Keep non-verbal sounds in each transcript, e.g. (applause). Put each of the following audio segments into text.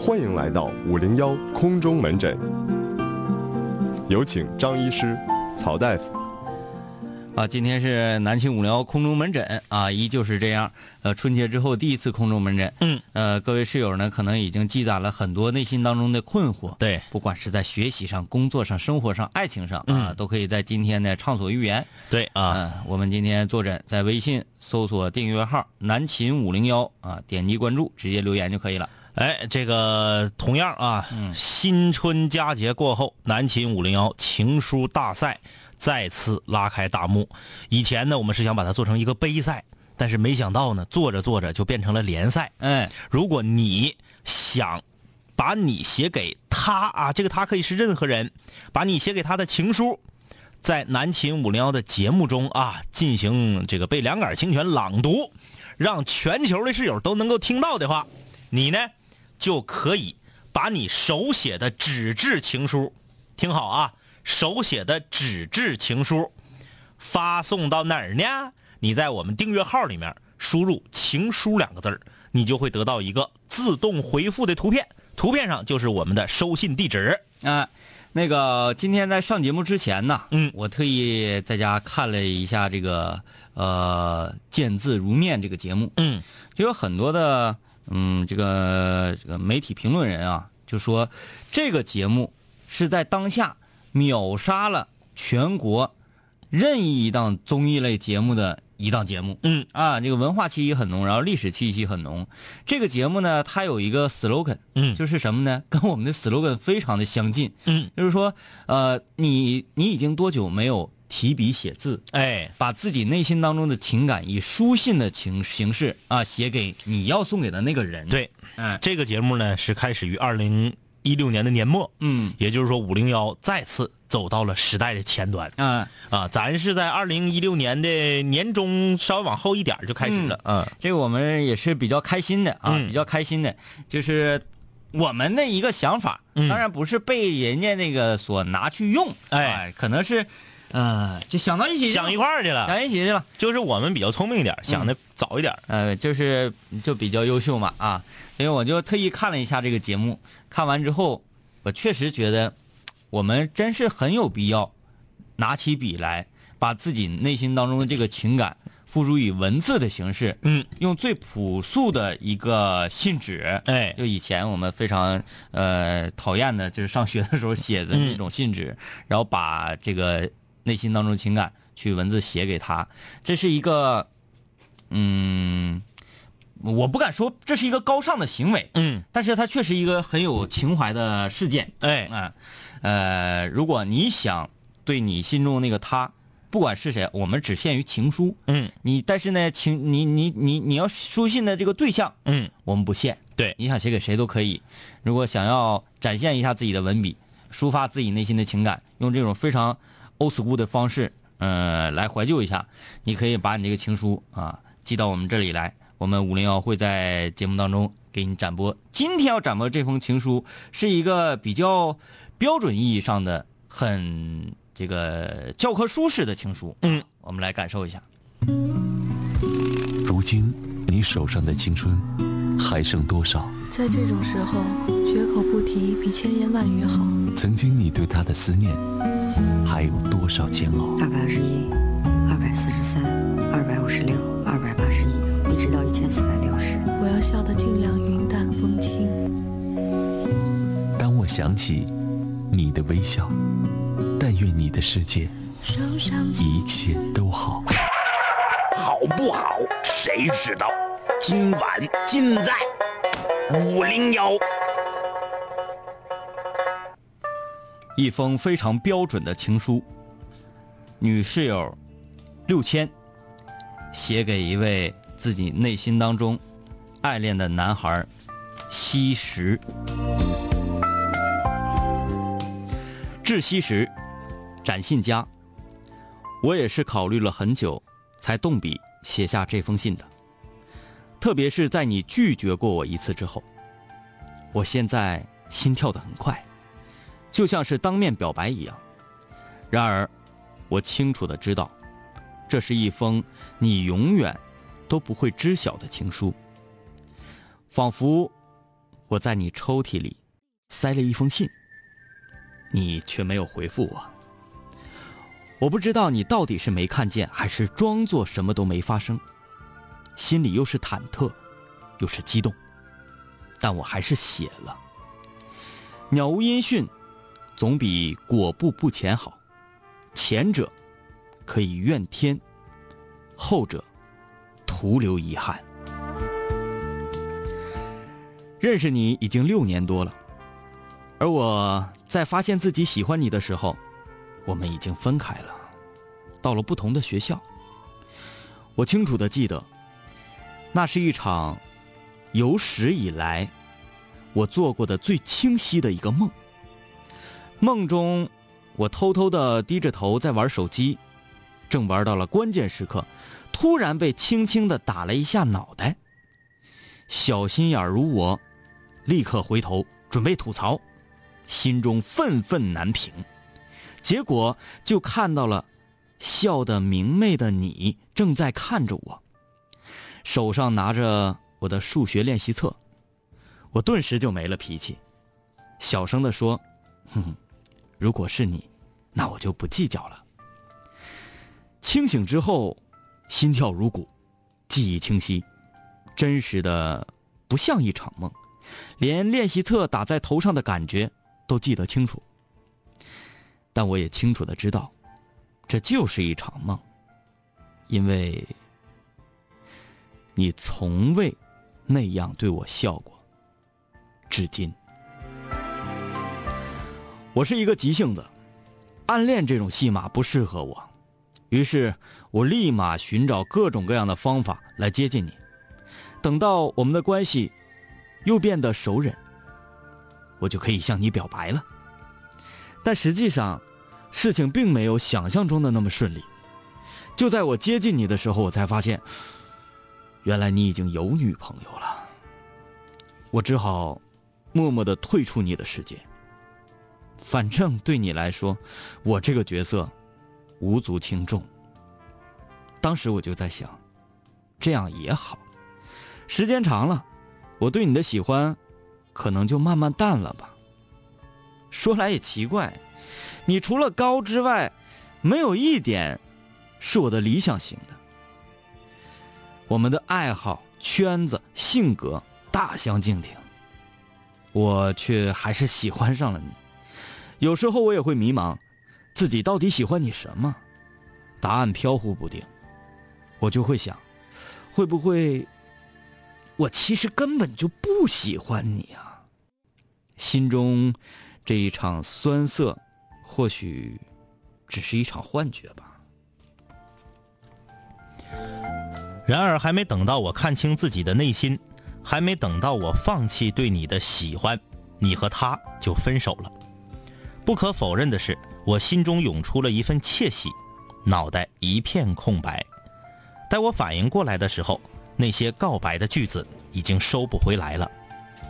欢迎来到五零幺空中门诊，有请张医师、曹大夫。啊，今天是南青五聊空中门诊啊，依旧是这样。呃，春节之后第一次空中门诊，嗯，呃，各位室友呢，可能已经积攒了很多内心当中的困惑，对，不管是在学习上、工作上、生活上、爱情上啊，嗯都可以在今天呢畅所欲言。对啊，嗯，我们今天坐诊在微信搜索订阅号“南秦五零幺”啊，点击关注，直接留言就可以了。哎，这个同样啊，新春佳节过后，南秦五零幺情书大赛再次拉开大幕。以前呢，我们是想把它做成一个杯赛，但是没想到呢，做着做着就变成了联赛。哎，如果你想把你写给他啊，这个他可以是任何人，把你写给他的情书，在南秦五零幺的节目中啊进行这个被两杆清泉朗读，让全球的室友都能够听到的话，你呢就可以把你手写的纸质情书，听好啊，手写的纸质情书。发送到哪儿呢？你在我们订阅号里面输入“情书”两个字儿，你就会得到一个自动回复的图片，图片上就是我们的收信地址。啊、那个今天在上节目之前呢，嗯我特意在家看了一下这个呃“见字如面”这个节目，嗯，就有很多的嗯这个这个媒体评论人啊，就说这个节目是在当下秒杀了全国任意一档综艺类节目的一档节目。嗯啊，这个文化气息很浓，然后历史气息很浓。这个节目呢，它有一个 slogan，嗯就是什么呢？ (laughs) 跟我们的 slogan 非常的相近。嗯，就是说，呃，你你已经多久没有提笔写字，哎，把自己内心当中的情感以书信的情形式啊写给你要送给的那个人？，对，哎，这个节目呢是开始于二零一六年的年末，嗯，也就是说五零幺再次走到了时代的前端啊，啊，咱是在二零一六年的年中稍微往后一点儿就开始了，嗯，这个我们也是比较开心的啊，嗯比较开心的，就是我们的一个想法，嗯当然不是被人家那个所拿去用，哎啊可能是，呃，就想到一起去了想一块儿啊去了，想一起去了，就是我们比较聪明一点儿，想的早一点儿，呃，就是就比较优秀嘛啊，所以我就特意看了一下这个节目，看完之后，我确实觉得我们真是很有必要拿起笔来，把自己内心当中的这个情感付诸以文字的形式，嗯，用最朴素的一个信纸，哎，就以前我们非常呃讨厌的，就是上学的时候写的那种信纸，然后把这个内心当中情感去文字写给他，这是一个，嗯，我不敢说这是一个高尚的行为，嗯，但是它确实一个很有情怀的事件。哎，啊，呃，如果你想对你心中那个他，不管是谁，我们只限于情书。嗯你但是呢，情你你你你要书信的这个对象，嗯，我们不限。对你想写给谁都可以。如果想要展现一下自己的文笔，抒发自己内心的情感，用这种非常 old school 的方式，呃，来怀旧一下，你可以把你这个情书啊寄到我们这里来，我们五零幺会在节目当中给你展播。今天要展播这封情书，是一个比较标准意义上的很这个教科书式的情书。啊嗯，我们来感受一下。如今，你手上的青春还剩多少？在这种时候，绝口不提比千言万语好。曾经你对他的思念，还有多少煎熬？二百二十一、二百四十三、二百五十六、二百八十一，一直到一千四百六十。我要笑得尽量云淡风轻。当我想起你的微笑，但愿你的世界手上一切都好。好不好？谁知道？今晚尽在五零幺。一封非常标准的情书，女室友六千写给一位自己内心当中爱恋的男孩西石。致西石，展信佳，我也是考虑了很久，才动笔写下这封信的。特别是在你拒绝过我一次之后，我现在心跳得很快。就像是当面表白一样。然而，我清楚的知道，这是一封你永远都不会知晓的情书，仿佛我在你抽屉里塞了一封信，你却没有回复我。我不知道你到底是没看见，还是装作什么都没发生，心里又是忐忑，又是激动，但我还是写了。鸟无音讯，总比裹步不前好。前者可以怨天，后者徒留遗憾。认识你已经六年多了，而我在发现自己喜欢你的时候，我们已经分开了，到了不同的学校。我清楚的记得，那是一场有史以来我做过的最清晰的一个梦。梦中，我偷偷的低着头在玩手机，正玩到了关键时刻，突然被轻轻的打了一下脑袋。小心眼儿如我，立刻回头准备吐槽，心中愤愤难平。结果就看到了笑得明媚的你正在看着我，手上拿着我的数学练习册，我顿时就没了脾气，小声地说：“哼哼，如果是你，那我就不计较了。”清醒之后，心跳如鼓，记忆清晰，真实的不像一场梦，连练习册打在头上的感觉都记得清楚。但我也清楚的知道，这就是一场梦，因为你从未那样对我笑过，至今。我是一个急性子，暗恋这种戏码不适合我，于是我立马寻找各种各样的方法来接近你。等到我们的关系又变得熟人，我就可以向你表白了。但实际上，事情并没有想象中的那么顺利。就在我接近你的时候，我才发现，原来你已经有女朋友了。我只好默默的退出你的世界。反正对你来说，我这个角色无足轻重。当时我就在想，这样也好。时间长了，我对你的喜欢可能就慢慢淡了吧。说来也奇怪，你除了高之外，没有一点是我的理想型的。我们的爱好、圈子、性格大相径庭，我却还是喜欢上了你。有时候我也会迷茫，自己到底喜欢你什么？答案飘忽不定，我就会想，会不会我其实根本就不喜欢你啊？心中这一场酸涩，或许只是一场幻觉吧。然而，还没等到我看清自己的内心，还没等到我放弃对你的喜欢，你和他就分手了。不可否认的是，我心中涌出了一份窃喜，脑袋一片空白。待我反应过来的时候，那些告白的句子已经收不回来了。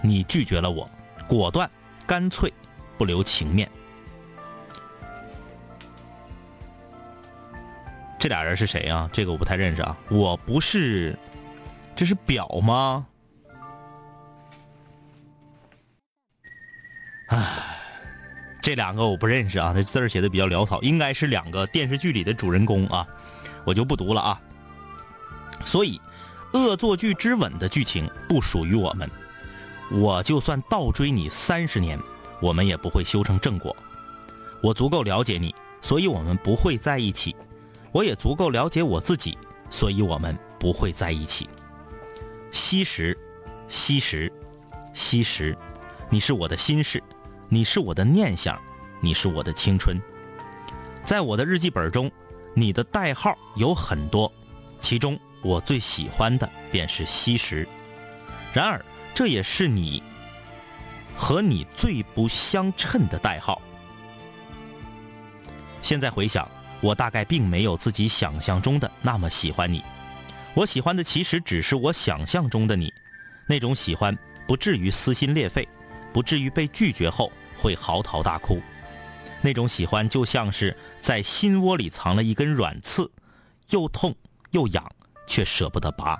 你拒绝了我，果断、干脆，不留情面。这俩人是谁啊？这个我不太认识啊。我不是，这是表吗？唉，这两个我不认识啊。这字儿写的比较潦草，应该是两个电视剧里的主人公啊，我就不读了啊。所以，恶作剧之吻的剧情不属于我们。我就算倒追你三十年，我们也不会修成正果。我足够了解你，所以我们不会在一起。我也足够了解我自己，所以我们不会在一起。吸食，吸食，吸食，你是我的心事，你是我的念想，你是我的青春。在我的日记本中，你的代号有很多，其中我最喜欢的便是吸食。然而，这也是你和你最不相称的代号。现在回想，我大概并没有自己想象中的那么喜欢你。我喜欢的其实只是我想象中的你，那种喜欢不至于撕心裂肺，不至于被拒绝后会嚎啕大哭。那种喜欢就像是在心窝里藏了一根软刺，又痛又痒，却舍不得拔。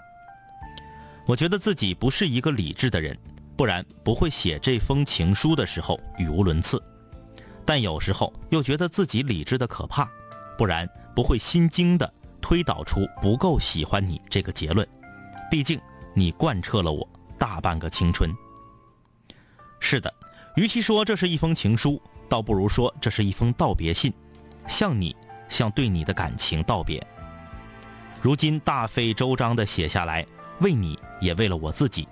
我觉得自己不是一个理智的人，不然不会写这封情书的时候语无伦次。但有时候又觉得自己理智的可怕，不然不会心惊的推导出不够喜欢你这个结论。毕竟你贯彻了我大半个青春。是的，与其说这是一封情书，倒不如说这是一封道别信，向你，向对你的感情道别。如今大费周章的写下来，为你也为了我自己，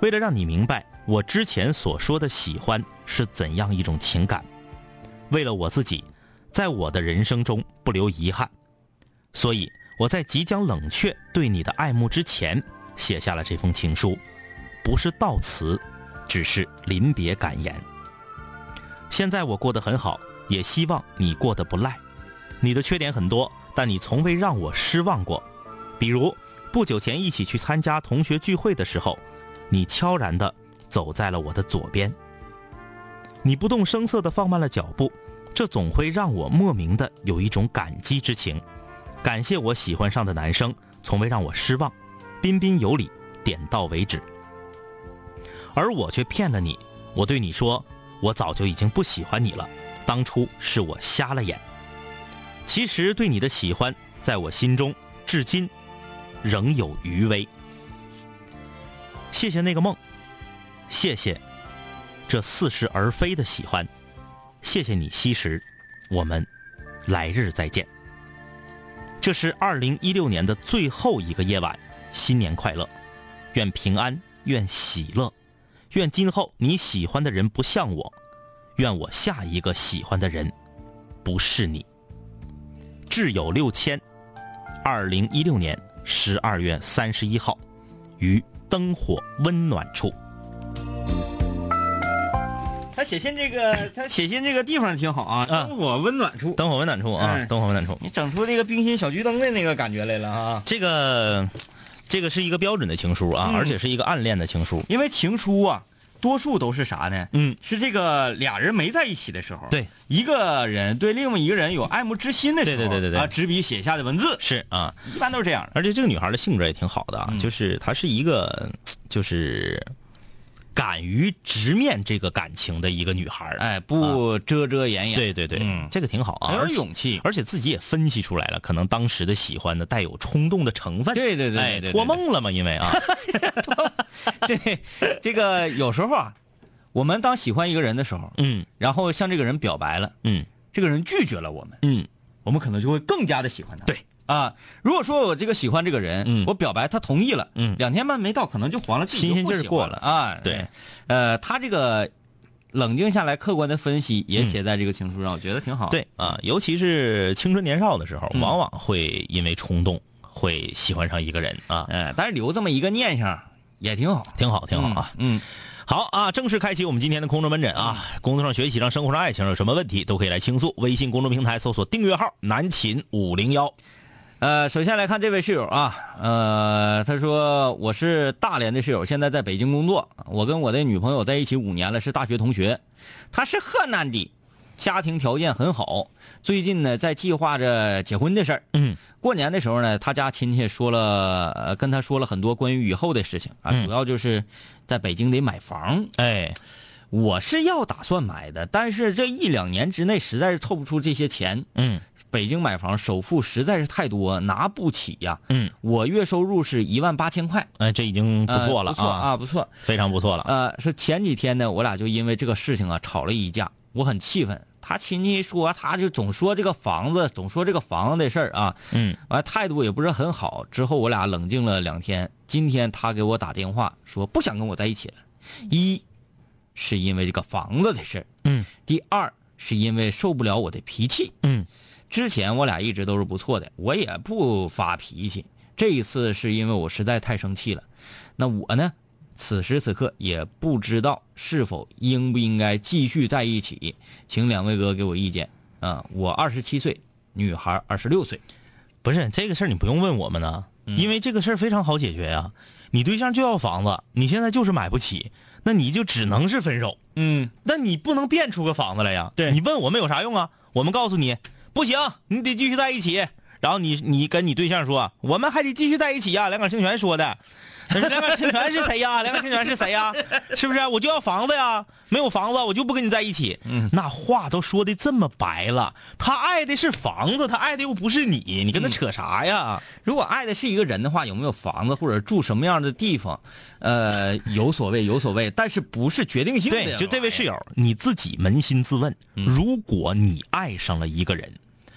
为了让你明白我之前所说的喜欢是怎样一种情感，为了我自己，在我的人生中不留遗憾，所以我在即将冷却对你的爱慕之前，写下了这封情书，不是悼词，只是临别感言。现在我过得很好，也希望你过得不赖。你的缺点很多，但你从未让我失望过。比如，不久前一起去参加同学聚会的时候，你悄然地走在了我的左边。你不动声色地放慢了脚步，这总会让我莫名的有一种感激之情。感谢我喜欢上的男生，从未让我失望，彬彬有礼，点到为止。而我却骗了你，我对你说，我早就已经不喜欢你了，当初是我瞎了眼。其实对你的喜欢，在我心中至今仍有余威。谢谢那个梦，谢谢这似是而非的喜欢，谢谢你惜时，我们来日再见。这是二零一六年的最后一个夜晚，新年快乐，愿平安，愿喜乐，愿今后你喜欢的人不像我，愿我下一个喜欢的人不是你。挚友六千，二零一六年十二月三十一号，于灯火温暖处。他写信这个，他写信这个地方挺好啊，啊灯火温暖处。灯火温暖处啊哎，灯火温暖处。你整出那个冰心小桔灯的那个感觉来了啊！这个，这个是一个标准的情书啊，嗯而且是一个暗恋的情书。因为情书啊，多数都是啥呢？嗯，是这个俩人没在一起的时候，对，一个人对另外一个人有爱慕之心的时候，对对对对对啊，执笔写下的文字，是啊，一般都是这样的。而且这个女孩的性格也挺好的啊，嗯就是她是一个，就是敢于直面这个感情的一个女孩。，哎，不遮遮掩掩，对对对，嗯这个挺好啊，很有而且勇气而且自己也分析出来了，可能当时的喜欢呢带有冲动的成分。对对对对哎对对托梦了嘛，因为啊， (laughs) 这这个有时候啊，我们当喜欢一个人的时候，嗯然后向这个人表白了，嗯这个人拒绝了我们，嗯，我们可能就会更加的喜欢他。对啊，如果说我这个喜欢这个人，嗯我表白他同意了，嗯两天半没到，可能就黄了，新鲜劲儿过了了啊。对，呃，他这个冷静下来、客观的分析也写在这个情书上，我觉得挺好。，嗯对啊，尤其是青春年少的时候，嗯往往会因为冲动会喜欢上一个人啊，哎、但是留这么一个念想也挺好，挺好挺好啊。嗯。嗯，好啊，正式开启我们今天的空中门诊啊！工作上、学习上、生活上、爱情上有什么问题，都可以来倾诉。微信公众平台搜索订阅号“南秦五零幺呃，首先来看这位室友啊，呃，他说我是大连的室友，现在在北京工作。我跟我的女朋友在一起五年了，是大学同学。她是河南的，家庭条件很好。最近呢，在计划着结婚的事儿。嗯，过年的时候呢，他家亲戚说了，呃，跟他说了很多关于以后的事情啊，嗯主要就是在北京得买房。”。哎，我是要打算买的，但是这一两年之内实在是凑不出这些钱。嗯北京买房首付实在是太多，拿不起呀、嗯，我月收入是一万八千块，哎，这已经不呃错了不错啊，啊，不错。非常不错了。呃，是前几天呢，我俩就因为这个事情啊吵了一架，我很气愤。他亲戚说，他就总说这个房子，总说这个房子的事儿啊，嗯完态度也不是很好。之后我俩冷静了两天，今天他给我打电话说不想跟我在一起了，一是因为这个房子的事儿，嗯，第二是因为受不了我的脾气，嗯，之前我俩一直都是不错的，我也不发脾气。这一次是因为我实在太生气了，那我呢，此时此刻也不知道是否应不应该继续在一起，请两位哥给我意见啊！我二十七岁，女孩二十六岁，嗯不是这个事儿，你不用问我们呢，因为这个事儿非常好解决呀、你对象就要房子，你现在就是买不起，那你就只能是分手。嗯，那你不能变出个房子来呀？对你问我们有啥用啊？我们告诉你，不行，你得啊继续在一起。然后你你跟你对象说，我们还得继续在一起呀、两杆清泉说的。 (laughs) 他说两杆清泉是谁呀？两杆清泉是谁呀？是不是啊、我就要房子呀，没有房子我就不跟你在一起。嗯，那话都说的这么白了，他爱的是房子，他爱的又不是你，你跟嗯他扯啥呀？如果爱的是一个人的话，有没有房子或者住什么样的地方，呃，有所谓有所谓，但是不是决定性的呀。嗯对，就这位室友，友，你自己扪心自问，如果你爱上了一个人，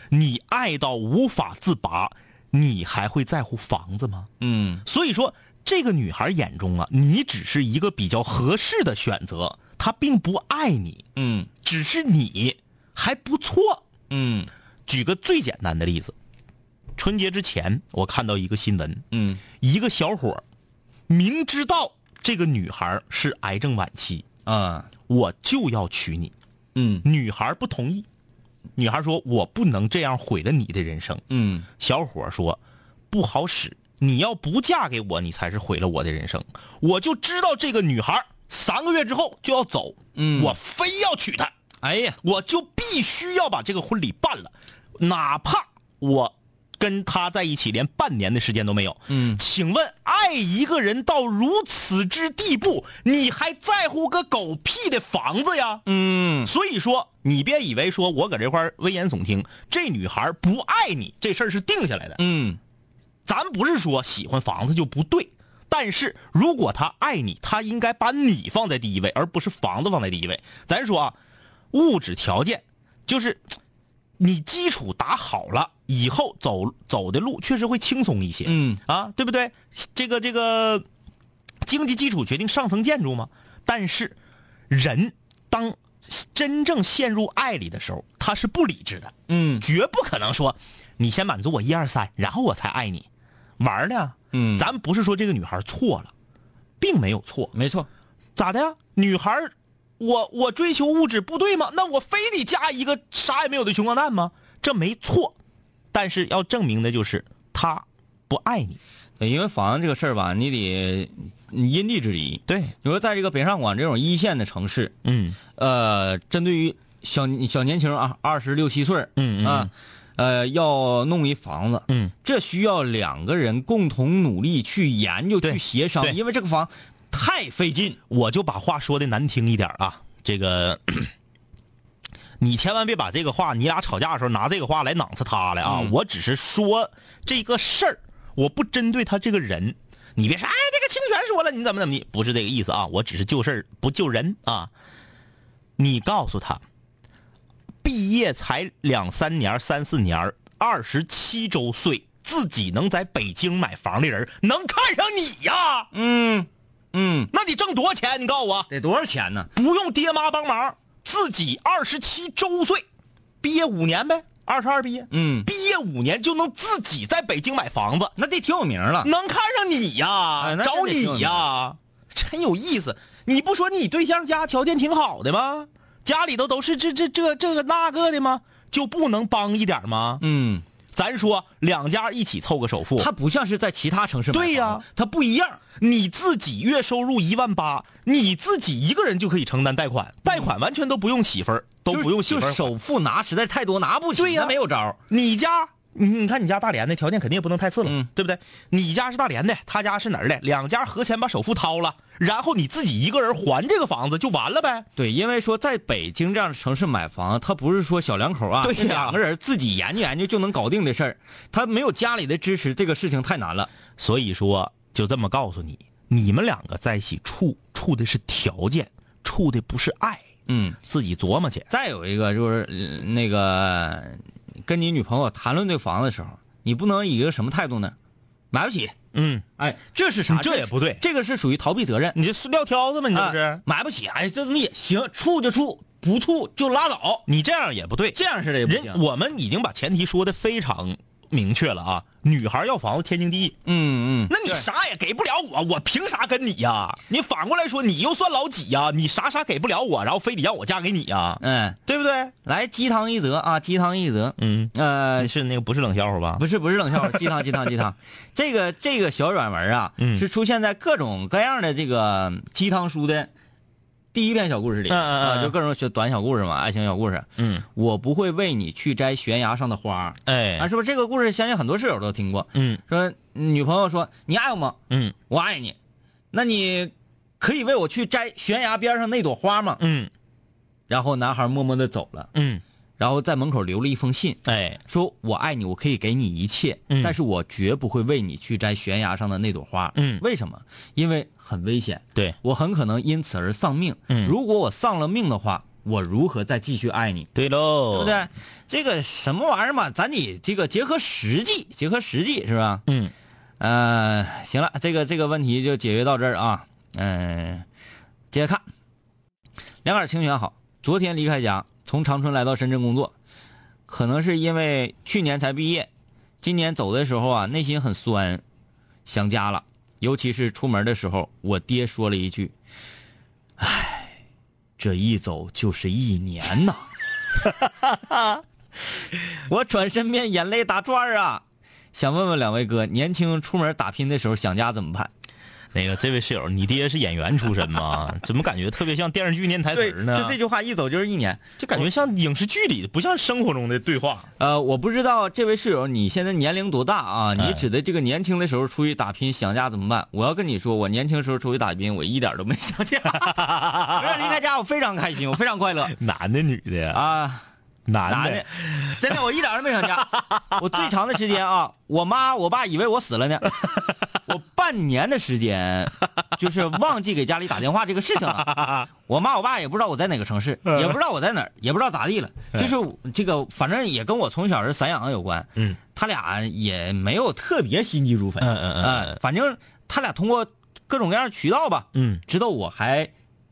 你爱到无法自拔，你还会在乎房子吗？嗯，所以说，这个女孩眼中啊，你只是一个比较合适的选择，她并不爱你，嗯只是你还不错。嗯举个最简单的例子，春节之前我看到一个新闻，嗯一个小伙儿明知道这个女孩是癌症晚期，啊我就要娶你。嗯女孩不同意，女孩说：“我不能这样毁了你的人生。嗯”小伙说：“不好使，你要不嫁给我，你才是毁了我的人生。我就知道这个女孩三个月之后就要走，嗯我非要娶她，哎呀，我就必须要把这个婚礼办了，哪怕我跟她在一起连半年的时间都没有。”嗯请问，爱一个人到如此之地步，你还在乎个狗屁的房子呀？嗯所以说，你别以为说我搁这块儿危言耸听，这女孩不爱你这事儿是定下来的。嗯咱不是说喜欢房子就不对，但是如果她爱你，她应该把你放在第一位，而不是房子放在第一位。咱说啊，物质条件就是你基础打好了，以后走走的路确实会轻松一些。嗯啊，对不对？这个这个经济基础决定上层建筑嘛。但是人当真正陷入爱里的时候，他是不理智的，嗯绝不可能说你先满足我一二三，然后我才爱你，玩儿呢。嗯，咱不是说这个女孩错了，并没有错，没错，咋的呀？女孩儿，我我追求物质不对吗？那我非得加一个啥也没有的穷光蛋吗？这没错，但是要证明的就是她不爱你。对因为房子这个事儿吧，你得你因地制宜。对，你说在这个北上广这种一线的城市，嗯呃，针对于小小年轻啊，二十六七岁儿嗯嗯啊，呃，要弄一房子，嗯，这需要两个人共同努力去研究、对去协对商，因为这个房太费劲。我就把话说的难听一点啊，这个你千万别把这个话，你俩吵架的时候拿这个话来囊刺他来啊！我只是说这个事儿，我不针对他这个人。你别说，哎，这个清泉说了，你怎么怎么地，不是这个意思啊！我只是就事儿不就人啊。你告诉他，毕业才两三年儿、三四年儿，二十七周岁，自己能在北京买房的人，能看上你呀？嗯嗯，那你挣多少钱？你告诉我。得多少钱呢？不用爹妈帮忙，自己二十七周岁，毕业五年呗，二十二毕业，嗯，毕业五年就能自己在北京买房子，那得挺有名了。能看上你呀，哎那找真得挺有你呀，真有意思。你不说你对象家条件挺好的吗？家里头都是这这这这个那个的吗？就不能帮一点吗？嗯，咱说两家一起凑个首付，它不像是在其他城市买对呀房子它不一样。你自己月收入一万八，你自己一个人就可以承担贷款，贷款完全都不用媳妇儿，都就是不用媳妇就儿还。首付拿实在太多，拿不起，对呀那没有招儿。你家，你你看你家大连的条件肯定也不能太次了，嗯对不对？你家是大连的，他家是哪儿的？两家合钱把首付掏了，然后你自己一个人还这个房子就完了呗。对，因为说在北京这样的城市买房，它不是说小两口啊，对呀这两个人自己研究研究就能搞定的事儿，他没有家里的支持，这个事情太难了。所以说，就这么告诉你，你们两个在一起处处的是条件，处的不是爱，嗯，自己琢磨去。再有一个就是、呃那个跟你女朋友谈论这个房子的时候，你不能以一个什么态度呢？买不起，嗯，哎，这是啥？你这也是不对这个是属于逃避责任。你这是撂挑子吗？你这不是？啊买不起，哎，这东西行，处就处，不处就拉倒，你这样也不对，这样式的也不行人。我们已经把前提说的非常明确了啊，女孩要房子天经地义。嗯嗯，那你对啥也给不了我，我凭啥跟你呀、你反过来说，你又算老几呀、你啥啥给不了我，然后非得让我嫁给你呀、嗯，对不对？来鸡汤一则啊，鸡汤一则，嗯，呃，是那个不是冷笑话吧？不是不是冷笑 (laughs) 话，鸡汤鸡汤鸡汤，这个这个小软文啊，嗯嗯是出现在各种各样的这个鸡汤书的第一遍小故事里，嗯嗯嗯啊就各种小短小故事嘛，爱情小故事。嗯，我不会为你去摘悬崖上的花儿。啊，是哎，不是这个故事相信很多室友都听过？嗯说女朋友说你爱我吗？嗯我爱你，那你可以为我去摘悬崖边上那朵花吗？嗯然后男孩默默的走了，嗯，然后在门口留了一封信，哎，说我爱你，我可以给你一切，嗯但是我绝不会为你去摘悬崖上的那朵花。嗯为什么？因为很危险，对，我很可能因此而丧命。嗯如果我丧了命的话，我如何再继续爱你？对喽，对不？对？这个什么玩意儿嘛，咱得这个结合实际，结合实际是吧？嗯，呃，行了，这个这个问题就解决到这儿啊。嗯、接着看，两杆儿清泉好，昨天离开家，从长春来到深圳工作，可能是因为去年才毕业，今年走的时候啊，内心很酸，想家了。尤其是出门的时候，我爹说了一句：“哎，这一走就是一年呐。” (laughs) 我转身便眼泪打转儿啊！想问问两位哥，年轻出门打拼的时候想家怎么办？那个这位室友，你爹是演员出身吗？ (laughs) 怎么感觉特别像电视剧念台词儿呢？就这句话一走就是一年。就感觉像影视剧里的，不像生活中的对话。呃，我不知道这位室友你现在年龄多大啊？哎你指的这个年轻的时候出去打拼想家怎么办？我要跟你说，我年轻时候出去打拼，我一点都没想 (laughs) 家。我离开家我非常开心，我非常快乐男的女的呀？啊！男男的， (laughs) 真的我一点都没想家。我最长的时间啊，我妈我爸以为我死了 (laughs) 呢。我半年的时间，就是忘记给家里打电话这个事情了。我妈我爸也不知道我在哪个城市，嗯也不知道我在哪儿，也不知道咋地了。就是这个，反正也跟我从小是散养有关。嗯，他俩也没有特别心急如焚。嗯嗯嗯啊反正他俩通过各种各样的渠道吧，嗯，知道我还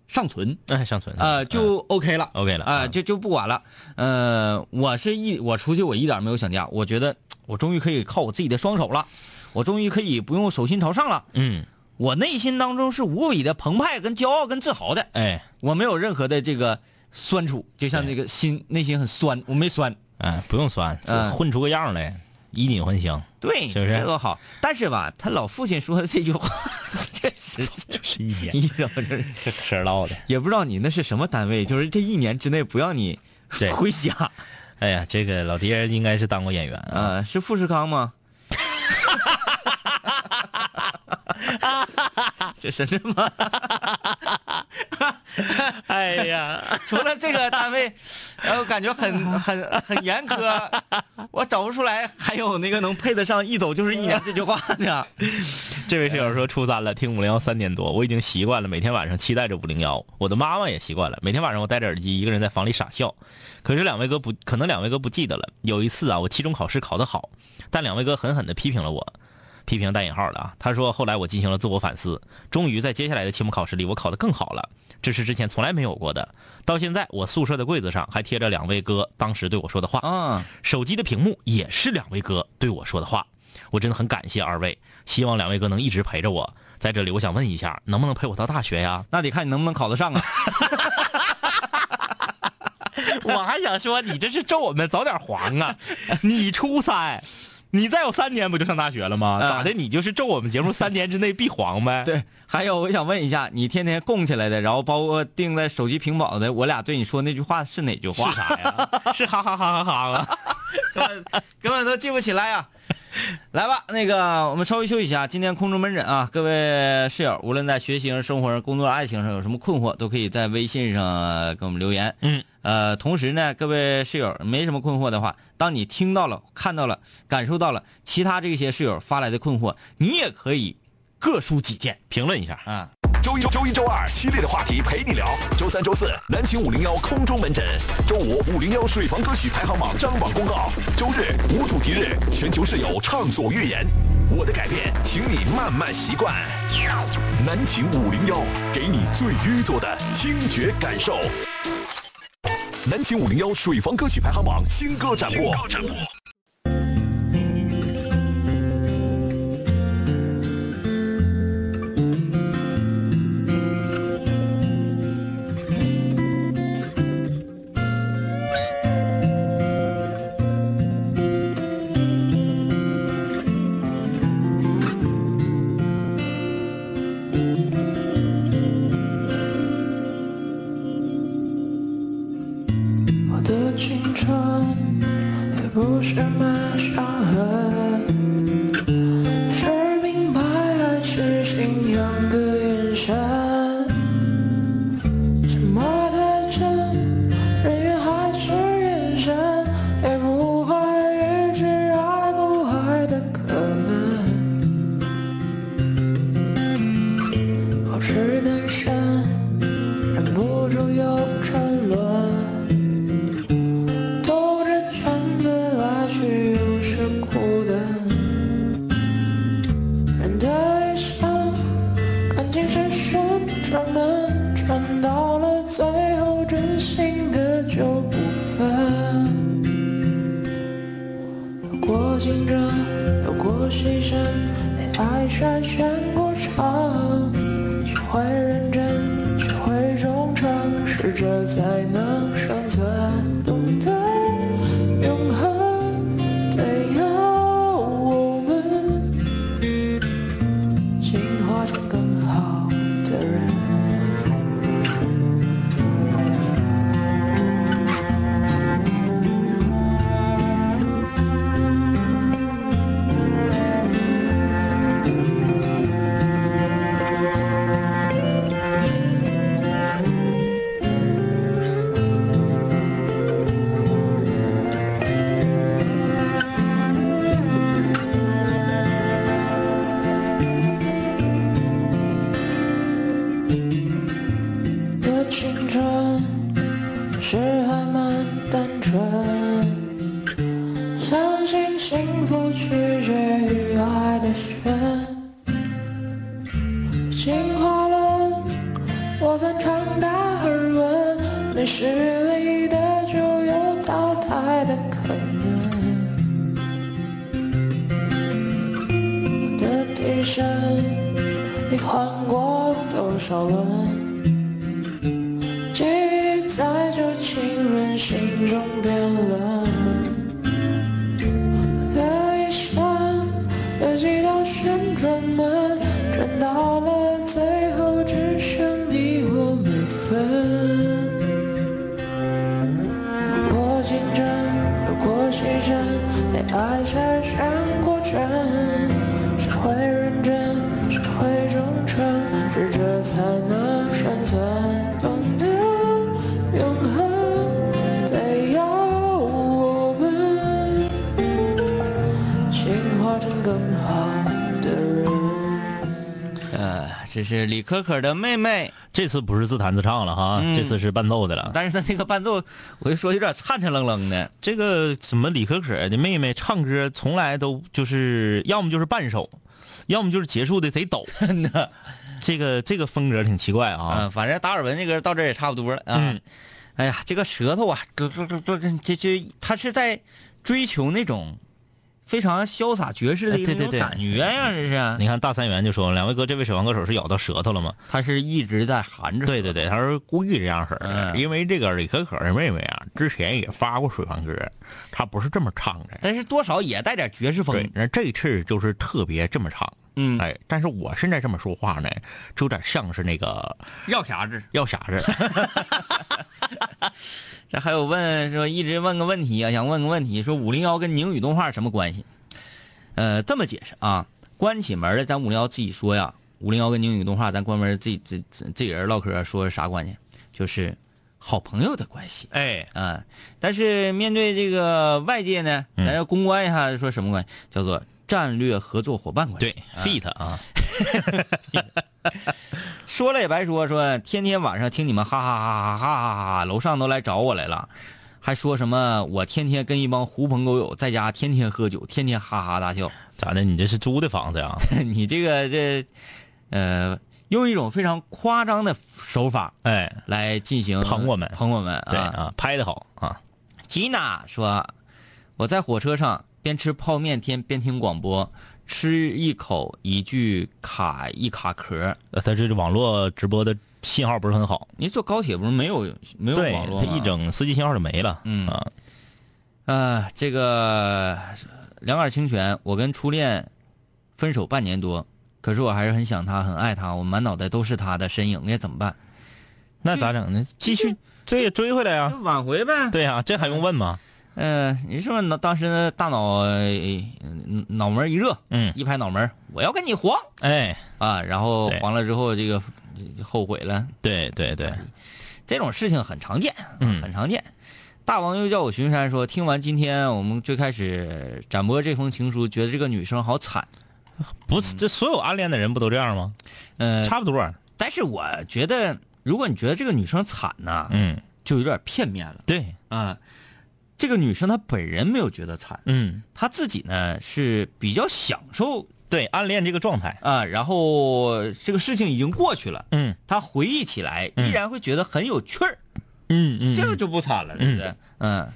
尚存，哎，上存呃，就 OK 了。 OK 了啊、嗯就就不管了。呃，我是一我出去我一点没有想家，我觉得我终于可以靠我自己的双手了，我终于可以不用手心朝上了。嗯，我内心当中是无比的澎湃、跟骄傲、跟自豪的，哎我没有任何的这个酸楚，就像这个心内心很酸，我没酸。哎，不用酸，嗯混出个样来，衣锦还乡，对，是不是这多好。但是吧，他老父亲说的这句 (laughs) 话，确实，就是一年，你怎么这 (laughs) 这嗑唠的。也不知道你那是什么单位，就是这一年之内不让你对回家。哎呀，这个老爹应该是当过演员啊，呃，是富士康吗？ (laughs) 是深圳吗？哎呀，除了这个单位，呃，我感觉很很很严苛，我找不出来还有那个能配得上“一走就是一年”这句话的。这位室友说初三了，听五零幺三点多，我已经习惯了，每天晚上期待着五零幺。我的妈妈也习惯了，每天晚上我戴着耳机一个人在房里傻笑。可是两位哥不，可能两位哥不记得了。有一次啊，我期中考试考得好，但两位哥狠狠地批评了我，批评带引号的啊。他说后来我进行了自我反思，终于在接下来的期末考试里，我考得更好了，这是之前从来没有过的。到现在，我宿舍的柜子上还贴着两位哥当时对我说的话。啊，？手机的屏幕也是两位哥对我说的话，我真的很感谢二位，希望两位哥能一直陪着我。在这里，我想问一下，能不能陪我到大学呀 (laughs) 那得看你能不能考得上啊。我还想说，你这是咒我们早点黄啊！你初三，你再有三年不就上大学了吗？嗯咋的？你就是咒我们节目三年之内必黄呗？对，还有我想问一下，你天天供起来的，然后包括定在手机屏保的，我俩对你说那句话是哪句话？是啥呀？ (laughs) 是哈哈哈哈哈啊！根本根本都记不起来呀、 (laughs) 来吧，那个我们稍微休息一下。今天空中门诊啊，各位室友，无论在学习上、生活上、工作上、爱情上有什么困惑，都可以在微信上呃给我们留言。嗯，呃，同时呢，各位室友没什么困惑的话，当你听到了、看到了、感受到了其他这些室友发来的困惑，你也可以各抒己见评论一下，啊。周一、周一周二系列的话题陪你聊，周三、周四南秦五零幺空中门诊，周五五零幺水房歌曲排行榜张榜公告，周日无主题日，全球室友畅所欲言。我的改变，请你慢慢习惯。南秦五零幺，给你最淤作的听觉感受。南秦五零幺水房歌曲排行榜新歌展播。我的青春也不是没伤痕，是明白爱是信仰的眼神。什么特征，人缘还是眼神，也不怕预知爱不爱的可能。好事难深，忍不住又沉沦。兜着圈子来去，又是苦的。人的一生，感情是旋转门，转到了最后，真心的就不分。有过竞争，有过牺牲，被爱筛选过程，学会认真，学会忠诚，适者才能生存，懂得永恒得有我们，进化成更好的人。的青春是还蛮单纯，相信幸福取决于爱的深。进化论，我曾长达耳闻，没实力的就有淘汰的可能。我的替身，你换过多少轮？记忆在旧情人心中变冷。的一生有几道旋转门，转到了最后只剩你我没分。有过竞争，有过牺牲，被爱筛选过程，学会认真，学会忠诚，适者才能生存，懂得永恒，得要我们进化成更好的人。呃，这是李可可的妹妹，这次不是自弹自唱了哈，嗯这次是伴奏的了。但是她这个伴奏，我就说有点颤颤愣愣的。这个什么李可可的妹妹唱歌，从来都就是要么就是半首，要么就是结束的 (laughs) 贼抖。这个这个风格挺奇怪啊、啊。反正达尔文这歌到这儿也差不多了啊。嗯哎呀，这个舌头啊，这这这这这这，他是在追求那种非常潇洒爵士的一哎对对种对感觉呀、这是。你看大三元就说了，两位哥，这位水王歌手是咬到舌头了 (laughs) 吗？他是一直在含着。对对对，他是故意这样式儿的，嗯因为这个李可可的妹妹啊，之前也发过水房歌，她不是这么唱的。但是多少也带点爵士对风，。那这次就是特别这么唱，嗯，哎，但是我现在这么说话呢，就有点像是那个药匣子。药匣 (laughs) 子。这还有问说一直问个问题啊，想问个问题，说五零幺跟宁宇动画什么关系？呃，这么解释啊，关起门来，咱五零幺自己说呀，五零幺跟宁宇动画，咱关门这这这这人唠嗑说啥关系？就是好朋友的关系。哎，啊、但是面对这个外界呢，咱要公关一下，说什么关系？叫做战略合作伙伴关系。对，fit 啊，说了也白说，说天天晚上听你们哈哈哈哈哈哈哈哈，楼上都来找我来了，还说什么我天天跟一帮狐朋狗友在家天天喝酒，天天哈哈大笑。 (laughs) 咋的？你这是租的房子呀？你这个这，呃，用一种非常夸张的手法哎，来进行捧我们捧我们啊。对啊，拍的好啊，吉娜说：“我在火车上边吃泡面天边听广播，吃一口一句卡一卡壳。呃他这网络直播的信号不是很好，你坐高铁不是没有没有对网络他吗一整司机信号就没了。嗯啊，啊，这个两耳清泉，我跟初恋分手半年多，可是我还是很想他，很爱他，我满脑袋都是他的身影，该怎么办？那咋整呢？继续这也追回来啊就。挽回呗。对啊，这还用问吗？嗯、你是不是脑当时大脑、呃脑门一热，嗯一拍脑门，我要跟你黄哎，啊，然后对黄了之后，这个就后悔了，对对对，这种事情很常见，嗯很常见。大王又叫我巡山说，听完今天我们最开始展播这封情书，觉得这个女生好惨，不是这所有暗恋的人不都这样吗？呃，差不多。啊但是我觉得，如果你觉得这个女生惨呢、嗯，就有点片面了对，啊、这个女生她本人没有觉得惨，嗯，她自己呢是比较享受对，暗恋这个状态，啊、然后这个事情已经过去了，嗯她回忆起来嗯依然会觉得很有趣儿，嗯嗯这个就不惨了，对不对？嗯。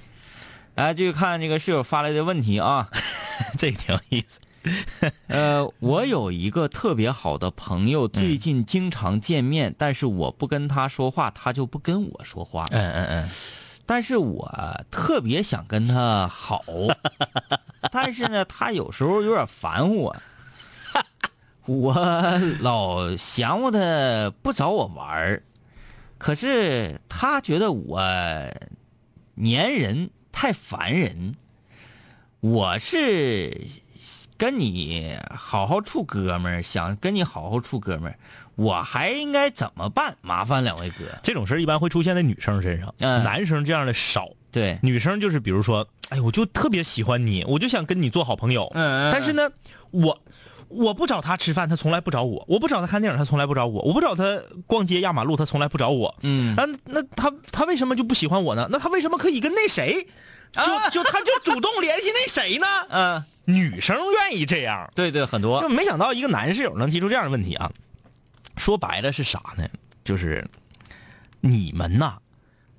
来，继续看这个室友发来的问题啊。 (laughs) 这个挺有意思。 (laughs) 呃，我有一个特别好的朋友，最近经常见面，但是我不跟他说话，他就不跟我说话。嗯嗯嗯，但是我特别想跟他 (laughs) 好，但是呢，他有时候有点烦 (laughs) 我，我老嫌乎他不找我玩儿，可是他觉得我粘人太烦人，我是跟你好好处哥们儿，想跟你好好处哥们儿，我还应该怎么办？麻烦两位哥，这种事儿一般会出现在女生身上，嗯男生这样的少。对，女生就是比如说，哎，我就特别喜欢你，我就想跟你做好朋友。嗯嗯嗯但是呢，我我不找他吃饭，他从来不找我；我不找他看电影，他从来不找我；我不找他逛街压马路，他从来不找我。啊嗯那那他他为什么就不喜欢我呢？那他为什么可以跟那谁，就就他就主动联系那谁呢？啊 (laughs) 嗯、女生愿意这样，对对，很就多。没想到一个男室友能提出这样的问题啊！说白了是啥呢？就是你们呐，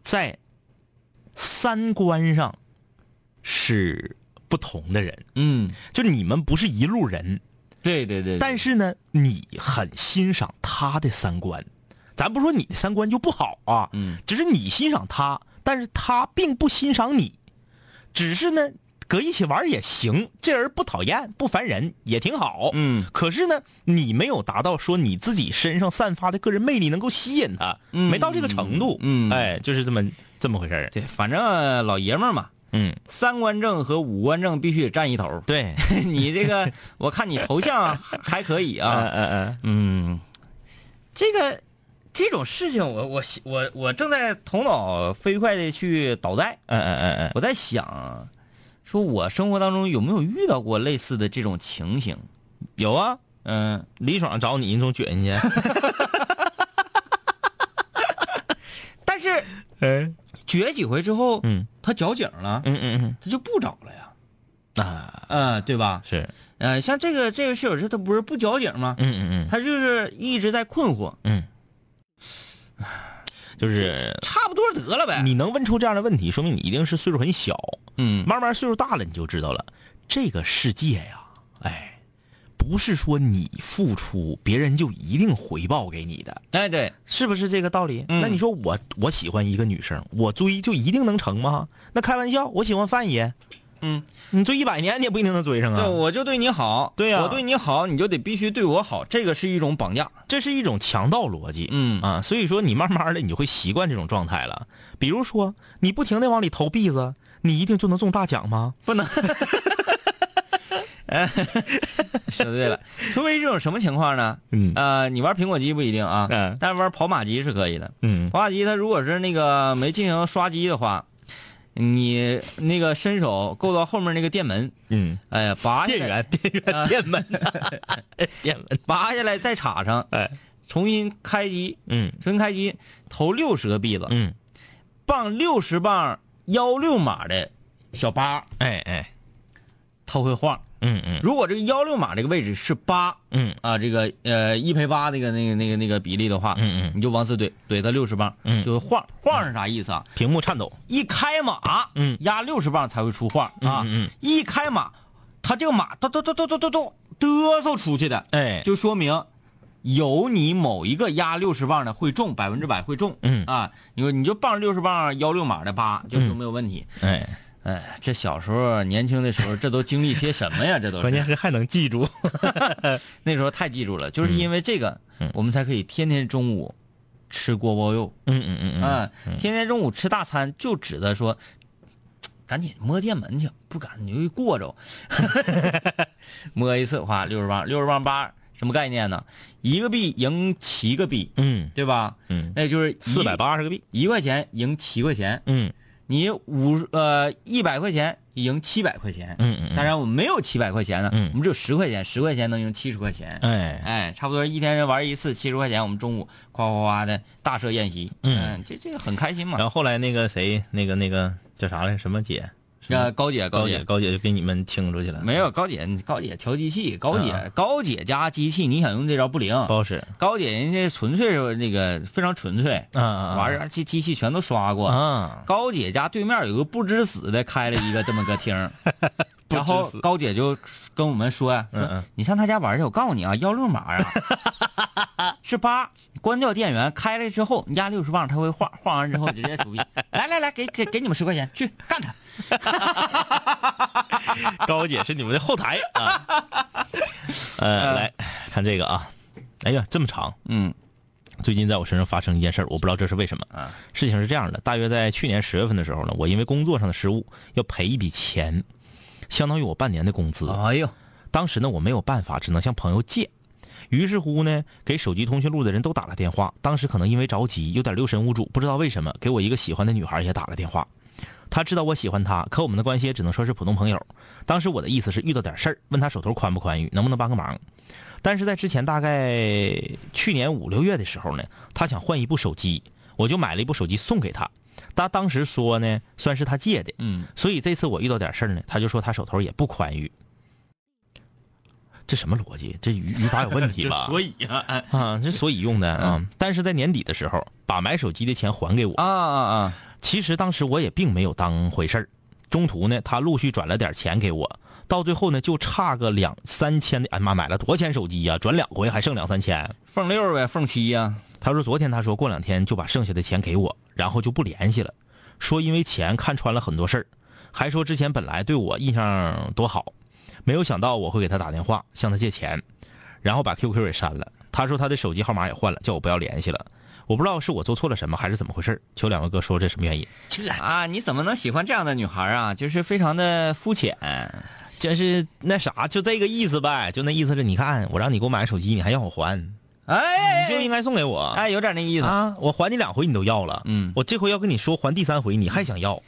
在三观上是不同的人，嗯，就你们不是一路人，对对对。但是是呢，你很欣赏他的三观。咱不说你的三观就不好啊，嗯，只是你欣赏他，但是他并不欣赏你，只是呢，搁一起玩也行，这人不讨厌，不烦人，也挺好，嗯。可是呢，你没有达到说你自己身上散发的个人魅力能够吸引他，嗯没到这个程度，嗯哎，就是这么这么回事儿，对，反正呃老爷们儿嘛，嗯，三观正和五官正必须得占一头儿。对， (laughs) 你这个，我看你头像还还可 (laughs) 以嗯啊。嗯嗯，嗯，这个这种事情我，我我我我正在头脑飞快的去倒带，嗯嗯嗯嗯，我在想，说我生活当中有没有遇到过类似的这种情形？有啊，嗯、李爽找你，你总 (laughs) 卷进去，但是哎嗯撅几回之后，嗯他矫情了，嗯嗯他就不找了呀。嗯，啊。嗯、对吧？是，呃，像这个这个室友，这他不是不矫情吗？嗯嗯他就是一直在困惑，嗯嗯，就是差不多得了呗。你能问出这样的问题，说明你一定是岁数很小，嗯慢慢岁数大了你就知道了，这个世界呀，哎，不是说你付出别人就一定回报给你的，哎对，是不是这个道理？嗯那你说我我喜欢一个女生，我追就一定能成吗？那开玩笑，我喜欢范爷，嗯，你追一百年你也不一定能追上对，啊。我就对你好，对呀我对你好，你就得必须对我好，这个是一种绑架。这是一种强盗逻辑，嗯啊，所以说你慢慢的你就会习惯这种状态了。比如说，你不停的往里投币子，你一定就能中大奖吗？说对 (laughs) 了，除非这种什么情况呢？嗯呃，你玩苹果机不一定啊，嗯但是玩跑马机是可以的。嗯跑马机它如果是那个没进行刷机的话，你那个伸手够到后面那个电门，嗯，哎呀，拔下店来啊员，店员，店门， (laughs) 店门，拔下来再插上，哎，重新开机，嗯重新开机投六十个币子，嗯，磅六十磅幺六码的小八，哎哎，它会晃。嗯嗯如果这个幺六码这个位置是八嗯啊，这个呃一赔八那个那个那个那个比例的话，嗯嗯你就往死怼怼它六十磅，嗯就会晃晃是啥意思啊？屏幕颤抖，一开马，嗯压六十磅才会出晃啊，嗯嗯嗯一开马，它这个马嘟嘟嘟嘟嘟嘟嘟嘚瑟出去的，哎，就说明有你某一个压六十磅的会中，百分之百会中。嗯啊，你说你就傍六十磅幺六码的八，就就没有问题。哎，哎，这小时候年轻的时候，这都经历些什么呀？这都关键是是还能记住，嗯那时候太记住了，就是因为这个，我们才可以天天中午吃锅包肉，嗯嗯嗯嗯，嗯，天天中午吃大餐，就指的说，赶紧摸电门去，不敢你就过着， (laughs) 摸一次花六十磅，六十磅八什么概念呢？一个币赢七个币，嗯对吧？嗯那就是四百八十个币，一块钱赢七块钱，嗯你五十呃一百块钱赢七百块钱，嗯嗯嗯当然我们没有七百块钱呢，嗯我们只有十块钱，十块钱能赢七十块钱，哎哎，差不多一天人玩一次七十块钱，我们中午夸夸夸的大设宴席，嗯这这个很开心嘛然。后后来那个谁，那个那个叫啥来，什么姐，什么呃，高姐，高姐，高姐就给你们清出去了，没有高姐，高姐调机器，高姐，啊高姐家机器，你想用这招不灵。不好使，高姐人家纯粹是那个非常纯粹，啊啊玩意儿机机器全都刷过。啊，高姐家对面有个不知死的开了一个这么个厅 (laughs) 儿，然后高姐就跟我们说呀、嗯说嗯你上她家玩去，我告诉你啊，幺六码 (laughs) 啊是八，关掉电源，开了之后你压六十磅，它会晃，晃完之后直接出币。来来来，给给给你们十块钱，去干他！ (laughs) 高姐是你们的后台啊，呃，来看这个啊，哎呀，这么长，嗯最近在我身上发生一件事儿，我不知道这是为什么。啊，事情是这样的，大约在去年十月份的时候呢，我因为工作上的失误要赔一笔钱，相当于我半年的工资。哎呦，当时呢，我没有办法，只能向朋友借。于是乎呢，给手机通讯录的人都打了电话。当时可能因为着急，有点六神无主，不知道为什么给我一个喜欢的女孩也打了电话。她知道我喜欢她，可我们的关系也只能说是普通朋友。当时我的意思是遇到点事儿，问她手头宽不宽裕，能不能帮个忙。但是在之前大概去年五六月的时候呢，她想换一部手机，我就买了一部手机送给她。她当时说呢，算是她借的，嗯，所以这次我遇到点事儿呢，他就说他手头也不宽裕。这什么逻辑？这语语法有问 (laughs) 题吧？以啊啊啊，这所以用的啊、嗯但是在年底的时候，把买手机的钱还给我。啊啊，其实当时我也并没有当回事儿。中途呢，他陆续转了点钱给我，到最后呢，就差个两三千的。哎妈，买了多少钱手机呀、转两回还剩两三千。凤六呗，凤七呀、他说昨天他说过两天就把剩下的钱给我，然后就不联系了，说因为钱看穿了很多事儿，还说之前本来对我印象多好，没有想到我会给他打电话向他借钱，然后把 QQ 也删了。他说他的手机号码也换了，叫我不要联系了。我不知道是我做错了什么还是怎么回事儿，求两位哥说这什么原因？啊，你怎么能喜欢这样的女孩啊？就是非常的肤浅。就是那啥，就这个意思呗，就那意思是，你看我让你给我买手机，你还让我还，你哎，就应该送给我。哎，有点那意思。啊，我还你两回你都要了，嗯我这回要跟你说还第三回你还想要，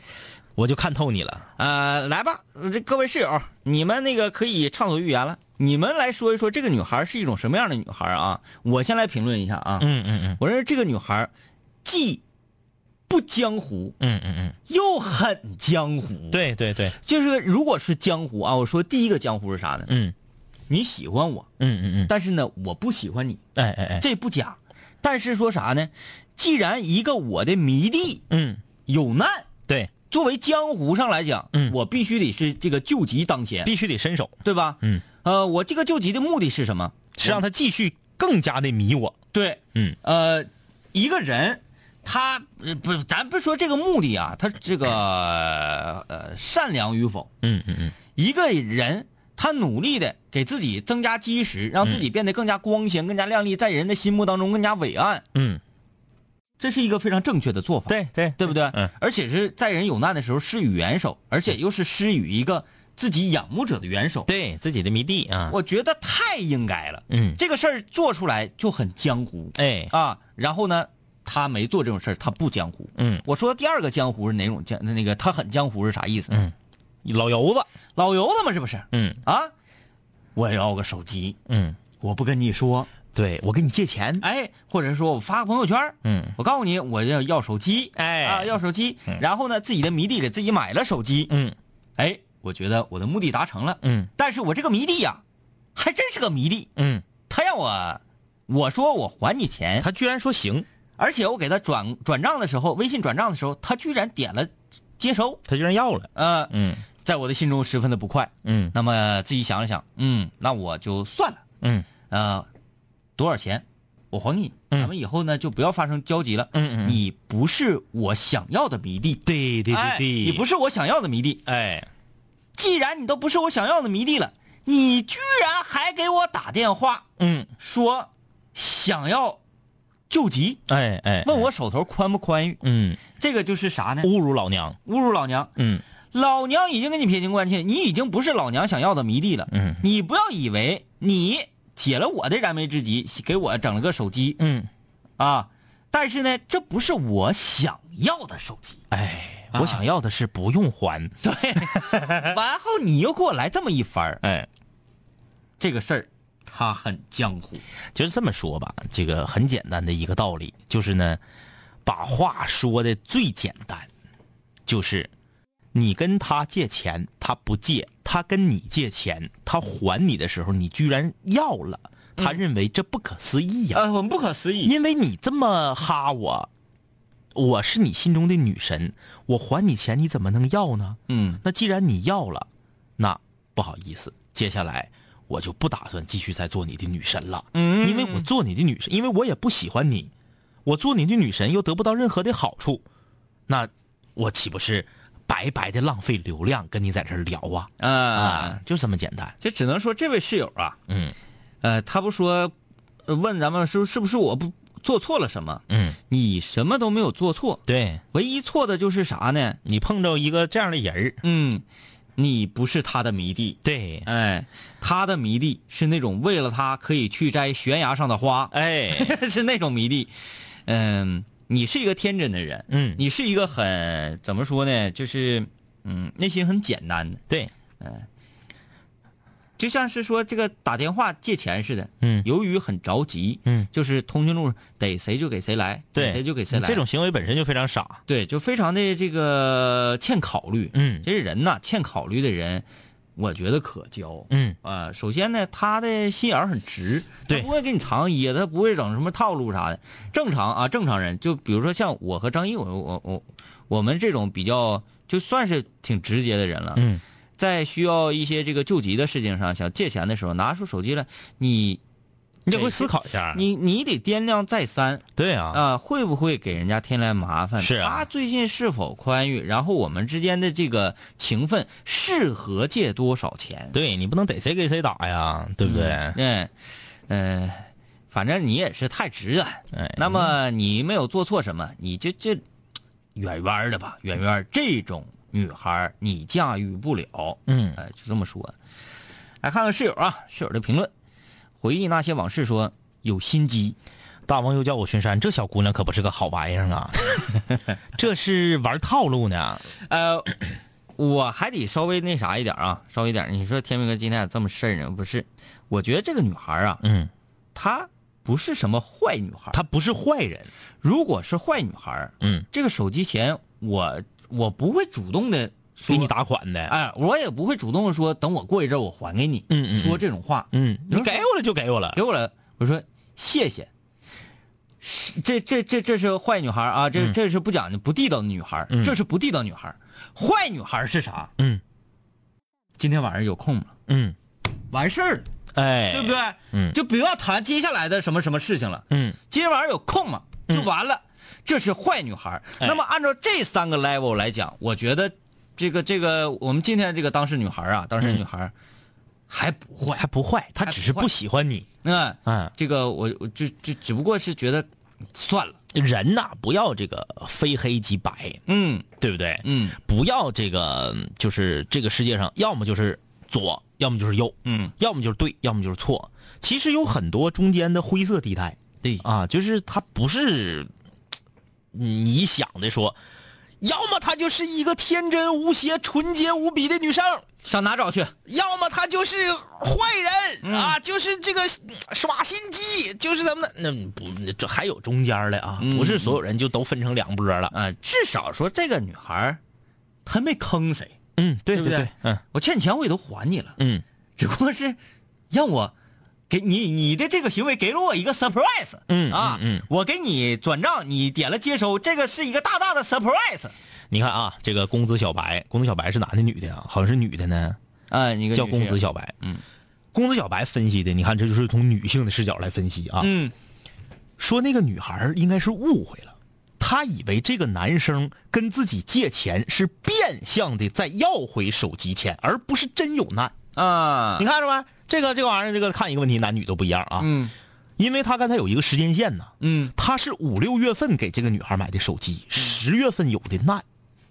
我就看透你了。呃，来吧，这各位室友，你们那个可以畅所欲言了。你们来说一说这个女孩是一种什么样的女孩啊？我先来评论一下啊。嗯嗯嗯我认为这个女孩既不江湖，嗯嗯嗯，又很江湖。，对对对，就是如果是江湖啊，我说第一个江湖是啥呢？嗯你喜欢我，嗯嗯嗯，但是呢，我不喜欢你。哎哎哎，这不假。但是说啥呢？既然一个我的迷弟嗯有难，对，作为江湖上来讲，嗯我必须得是这个救急当前，必须得伸手，对吧？嗯，呃，我这个救急的目的是什么？是让他继续更加的迷我。对，嗯呃，一个人他呃不，咱不说这个目的啊，他这个呃善良与否，嗯嗯嗯，一个人他努力的给自己增加基石，让嗯自己变得更加光鲜、更加亮丽，在人的心目当中更加伟岸，嗯，这是一个非常正确的做法。对对，对不对？嗯，而且是在人有难的时候施予援手，而且又是施予一个自己仰慕者的援手。对自己的迷弟啊，我觉得太应该了。嗯这个事儿做出来就很江湖哎，啊。然后呢，他没做这种事儿，他不江湖。嗯我说第二个江湖是哪种江？那个他很江湖是啥意思？嗯老油子，老油子嘛，是不是？嗯啊，我要个手机，嗯，我不跟你说，对我给你借钱，哎，或者说我发个朋友圈儿，嗯我告诉你，我要要手机，哎啊，要手机。然后呢，自己的迷弟给自己买了手机，嗯哎，我觉得我的目的达成了。嗯但是我这个迷弟呀、还真是个迷弟。嗯，他让我，我说我还你钱，他居然说行，而且我给他转转账的时候，微信转账的时候，他居然点了接收。他居然要了，呃，嗯在我的心中十分的不快。嗯那么自己想了想，嗯，那我就算了。嗯呃，多少钱？我还你。嗯咱们以后呢就不要发生交集了。嗯嗯嗯你不是我想要的迷弟，对对哎你不是，是我想要的迷弟。哎，既然你都不是我想要的迷弟了，你居然还给我打电话嗯说想要救急，哎哎问我手头宽不宽裕？嗯，这个就是啥呢？侮辱老娘，侮辱老娘，嗯老娘已经给你撇清关系，你已经不是老娘想要的迷弟了。嗯你不要以为你解了我的燃眉之急，给我整了个手机嗯，啊，但是呢，这不是我想要的手机。哎，我想要的是不用还，对，完后你又给我来这么一番儿哎，这个事儿他很江湖。就是这么说吧，这个很简单的一个道理，就是呢，把话说的最简单，就是你跟他借钱，他不借；他跟你借钱，他还你的时候，你居然要了，他认为这不可思议呀、呃，我们不可思议。因为你这么哈我，我是你心中的女神，我还你钱，你怎么能要呢？嗯，那既然你要了，那不好意思，接下来我就不打算继续再做你的女神了。嗯，因为我做你的女神，因为我也不喜欢你，我做你的女神又得不到任何的好处，那我岂不是白白的浪费流量跟你在这儿聊啊？啊、啊，就这么简单。就只能说这位室友啊，嗯，呃，他不说，呃问咱们是是不是我不做错了什么？嗯，你什么都没有做错，对唯一错的就是啥呢？你碰着一个这样的人儿，嗯，你不是他的迷弟，对，哎，他的迷弟是那种为了他可以去摘悬崖上的花，哎， (laughs) 是那种迷弟。嗯，你是一个天真的人，嗯你是一个很怎么说呢？就是嗯，内心很简单的，对，就像是说这个打电话借钱似的，嗯由于很着急，嗯，就是通讯录上逮谁就给谁来，对，嗯逮谁就给谁来，这种行为本身就非常傻。对，就非常的这个欠考虑，嗯这人呐，欠考虑的人，我觉得可交。嗯，啊、首先呢，他的心眼儿很直，对他不会给你藏掖，他不会整什么套路啥的。正常啊，正常人，就比如说像我和张毅，我我我我们这种比较就算是挺直接的人了。嗯，在需要一些这个救急的事情上，想借钱的时候，拿出手机来，你你得会思考一下。你你得掂量再三，对啊，啊，会不会给人家添来麻烦？是啊他最近是否宽裕？然后我们之间的这个情分适合借多少钱？对你不能逮谁给谁打呀，对不对？嗯，呃，反正你也是太直了。哎那么你没有做错什么，你就就远远的吧，远远儿这种女孩儿你驾驭不了。嗯哎，就这么说。来看看室友啊，室友的评论，回忆那些往事说有心机，大王又叫我巡山，这小姑娘可不是个好玩意儿 (laughs) 啊，这是玩套路呢。呃，我还得稍微那啥一点啊，稍微一点。你说天明哥今天咋这么事儿呢？不是，我觉得这个女孩啊，嗯，她不是什么坏女孩。她不是坏人，如果是坏女孩，嗯，这个手机钱我我不会主动的给你，打款的。哎，我也不会主动的说等我过一阵儿我还给你，嗯嗯嗯说这种话，嗯，有人你给我了就给我了给。我了，我说谢谢。是这这这这是坏女孩啊，这这是不讲究、不地道的女孩，嗯这是不地道女孩。坏女孩是啥？嗯今天晚上有空吗？嗯，完事儿了，哎，对不对？？嗯就不要谈接下来的什么什么事情了。嗯，今天晚上有空吗？就完了。这是坏女孩。哎那么按照这三个 level 来讲，我觉得这个这个我们今天这个当事女孩啊，当事嗯女孩还不坏还。不坏，她只是不喜欢你。嗯嗯这个我我就就只不过是觉得算了。人呐，不要这个非黑即白，嗯对不对？嗯不要这个，就是这个世界上，要么就是左，要么就是右，嗯，要么就是对，要么就是错。其实有很多中间的灰色地带对啊，就是它不是你想的说，要么她就是一个天真无邪、纯洁无比的女生，上哪找去？要么她就是坏人、啊，就是这个嗯耍心机，就是咱们的那嗯不这还有中间的啊，不是所有人就都分成两波了。啊、至少说这个女孩，她没坑谁。嗯，对对不对嗯我欠你钱我也都还你了。嗯只不过是让我给你你的这个行为给了我一个 surprise，嗯啊，嗯嗯我给你转账，你点了接收，这个是一个大大的 surprise。你看啊，这个公子小白，公子小白是男的女的啊？好像是女的呢，啊，你叫公子小白。嗯，公子小白分析的，你看这就是从女性的视角来分析啊。嗯说那个女孩儿应该是误会了，她以为这个男生跟自己借钱是变相的在要回手机钱，而不是真有难。啊你看着没？这个这个玩意儿，这个看一个问题，男女都不一样啊。嗯因为他刚才有一个时间线呢，嗯他是五六月份给这个女孩买的手机，十月份有的难。